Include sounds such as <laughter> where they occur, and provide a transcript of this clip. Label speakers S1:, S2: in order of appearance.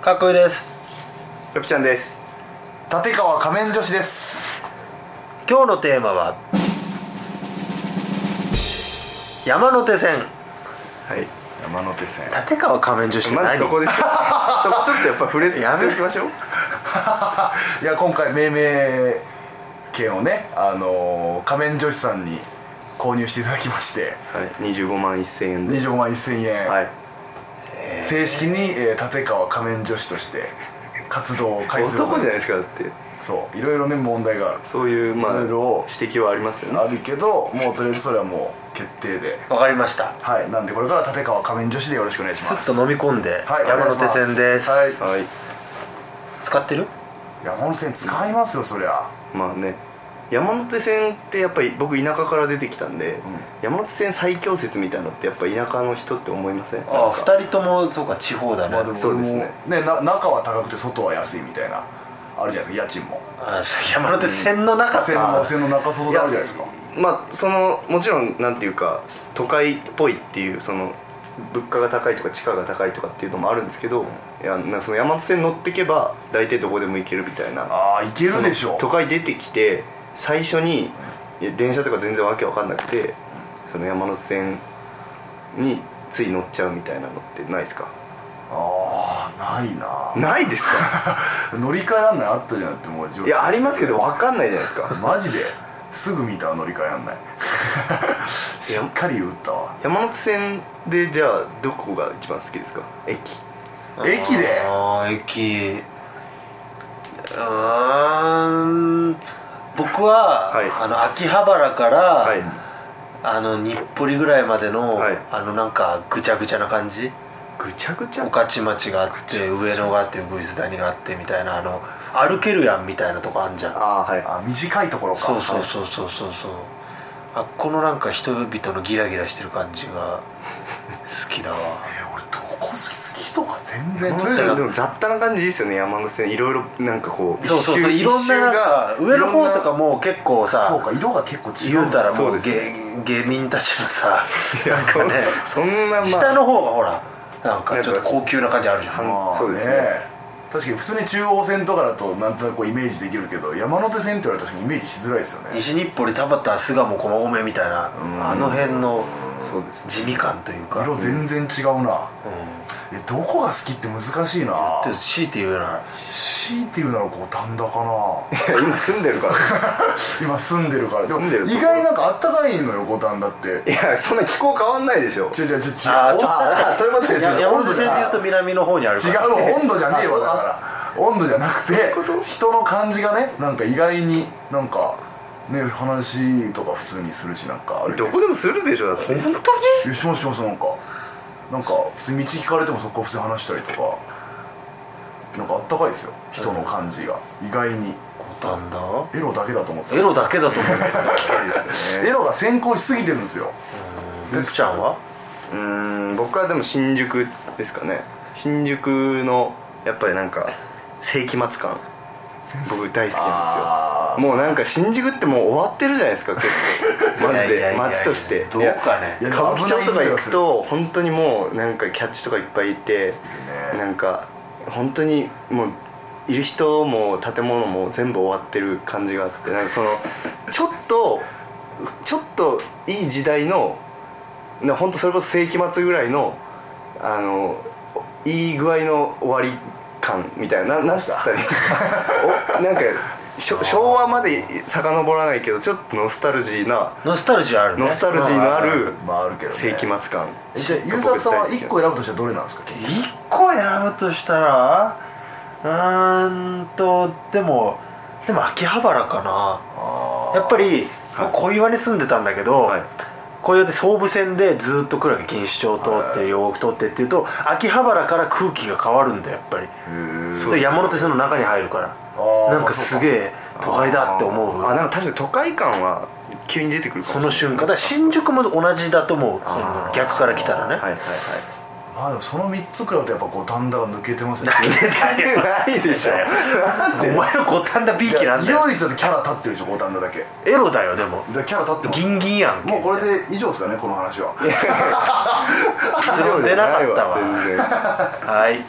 S1: かっこいいです
S2: よぴちゃんです
S3: 立川仮面女子です
S1: 今日のテーマは山手線
S2: はい
S3: 山手 <laughs> 線
S1: 立川仮面女子って何、
S2: まずそこ <laughs> ですよそこちょっとやっぱ触れて
S1: やめ
S2: おきましょう
S3: いや今回命名権をねあのー仮面女子さんに購入していただきまして
S2: はい25万1000円で
S3: 25万1000円、
S2: はい
S3: 正式に、えー立川仮面女子として活動を開始する
S2: 男じゃないですかだって
S3: そういろいろね問題がある
S2: そういうまあ
S3: いろいろ
S2: 指摘はありますよね
S3: あるけどもうとりあえずそれはもう決定で
S1: わかりました
S3: はいなんでこれから立川仮面女子でよろしくお願いし
S1: ス
S3: ます
S1: ッと飲み込んで、
S3: はい
S1: 山手線です、
S3: お願いしま
S2: はい
S1: 使ってる
S3: 山手線使いますよそりゃ
S2: まあね山手線ってやっぱり僕田舎から出てきたんで、山手線最強説みたいなのってやっぱ田舎の人って思いません
S1: ああ2人ともそうか地方だね、
S3: まあでも
S2: そうですね
S3: 俺もねな中は高くて外は安いみたいなあるじゃないですか家賃も
S1: あ山手線の中
S3: 線
S1: か
S3: の線の中外であるじゃないですか
S2: まあそのもちろんなんていうか都会っぽいっていうその物価が高いとか地価が高いとかっていうのもあるんですけど、いやなんかその山手線乗ってけば大体どこでも行けるみたいな
S3: ああ行けるでしょ
S2: 都会出てきて最初にいや電車とか全然わけわかんなくてその山手線につい乗っちゃうみたいなのってないですか
S3: ああない <laughs> な
S2: ないですか
S3: 乗り換えらんないあったじゃんってもう
S2: <laughs> いやありますけどわかんないじゃないですか
S3: マジですぐ見たわ乗り換えらんないしっかり打ったわ
S2: 山手線でじゃあどこが一番好きですか駅
S3: 駅で
S1: ああ駅うーん僕は、
S2: はい
S1: あの秋葉原から、
S2: はい
S1: あの日暮里ぐらいまでの、
S2: はい
S1: あのなんかぐちゃぐちゃな感じ
S2: ぐちゃぐちゃ
S1: 御徒町があって上野があって鶯谷があってみたいなあの歩けるやんみたいなとこあんじゃん
S2: ああはい
S3: あ短いところか
S1: そうそうそうそうそうそうあっこのなんか人々のギラギラしてる感じが好きだわ
S3: えー俺どこ好き好きとか全然
S2: 山
S3: とり
S2: 手
S3: あえ
S2: 線
S3: ず
S2: でも雑多な感じですよね山手線いろいろなんかこう
S1: そうそうそう
S2: 一周
S1: いろんななんか
S2: 一周が
S1: 上の方とかもう結構さ
S3: そうか色が結構違う
S1: 言うたらも
S2: そう
S1: う
S2: です
S1: 芸芸民たちのさ
S2: いや
S1: なんかね
S2: そそんなまあ
S1: 下の方がほらなんかちょっと
S2: なんか
S1: 高級な感じあるじゃん
S3: まあ、
S2: そうですね
S3: 確かに普通に中央線とかだとなんとなくこうイメージできるけど山手線って言われたら確かにイメージしづらいですよね
S1: 西日暮里田端菅も駒込みたいなあの辺の
S2: そうですね
S1: 地味感というか
S3: 色全然違うな、えどこが好きって難しいな
S1: で強いて言うなら
S3: C っていうなら五反田か
S2: <laughs>
S3: な
S2: いや今住んでるから
S1: <laughs>
S3: 今住んでるからでも
S2: 住んでるとこ
S3: 意外なんかあったかいのよ五反田って
S2: いやそんな気候変わんないでしょ
S3: 違う違う違う違う
S1: あーちょっと
S2: ああそういうことです
S1: いや
S2: よ
S1: 山手線で言うと南の方にあるか
S3: 違
S1: ら
S3: う温度じゃねえ
S2: あそ
S3: よ
S2: う
S3: だから温度じゃなくて人の感じがねなんか意外になんかね話とか普通にするしなんかあれ
S2: どこでもするでしょだって
S1: 本当に
S3: よしもしもしなんかなんか普通に道聞かれてもそこから普通に話したりとかなんかあったかいですよ人の感じが意外に
S1: 五反田
S3: エロだけだと思ってた
S1: エロだけだと思いました
S3: エロが先行しすぎてるんですよ
S1: ゆきちゃんは
S2: うーん僕はでも新宿ですかね新宿のやっぱりなんか世紀末感僕大好きなんですよもうなんか新宿ってもう終わってるじゃないですか結
S1: <laughs>
S2: 構
S1: い
S2: マジ
S1: やいやいやい
S2: で
S1: や
S2: 街として
S1: どうかね
S2: いや歌舞伎町とか行く
S3: いや危ない匂いがする
S2: と本当にもうなんかキャッチとかいっぱいいてなんか本当にもういる人も建物も全部終わってる感じがあってなんかそのちょっとちょっといい時代のな本当それこそ世紀末ぐらいのあのいい具合の終わり感みたいなななんつったらいいんですかおなんかしょ昭和まで遡らないけどちょっとノスタルジーな
S1: ノスタルジーあるね
S2: ノスタルジーのある
S3: まああるけどね
S2: 世紀末感
S3: えじゃあゆうさくさんは1個選ぶとしたらどれなんですか結局
S1: 1個選ぶとしたらうーんとでもでも秋葉原かなやっぱり、小岩に住んでたんだけど、
S2: はい
S1: 小岩で総武線でずっと倉木錦糸町通って両国通ってっていうと秋葉原から空気が変わるんだよやっぱりそれ山手線の中に入るから
S3: ー
S1: なんかすげえ都会だって思う
S2: あなんか確かに都会感は急に出てくるか
S1: そ
S2: も
S1: の
S2: しれ
S1: 瞬
S2: な
S1: 間だ
S2: い
S1: から新宿も同じだと思うその逆から来たらね、
S2: はいはい
S3: まあでもその3つくらいだとやっぱ五反田が抜けてますね
S2: はいないでしょ
S1: <laughs> お前の五反田ビーキなんだよ
S3: 唯一だってキャラ立ってるでしょ五反田だけ
S1: エロだよでも
S3: だからキャラ立ってます
S1: ギンギンやんけ
S3: もうこ
S1: <laughs>
S3: れで以上ですかねこの話は
S1: 出なかったわ
S2: 全然
S1: はい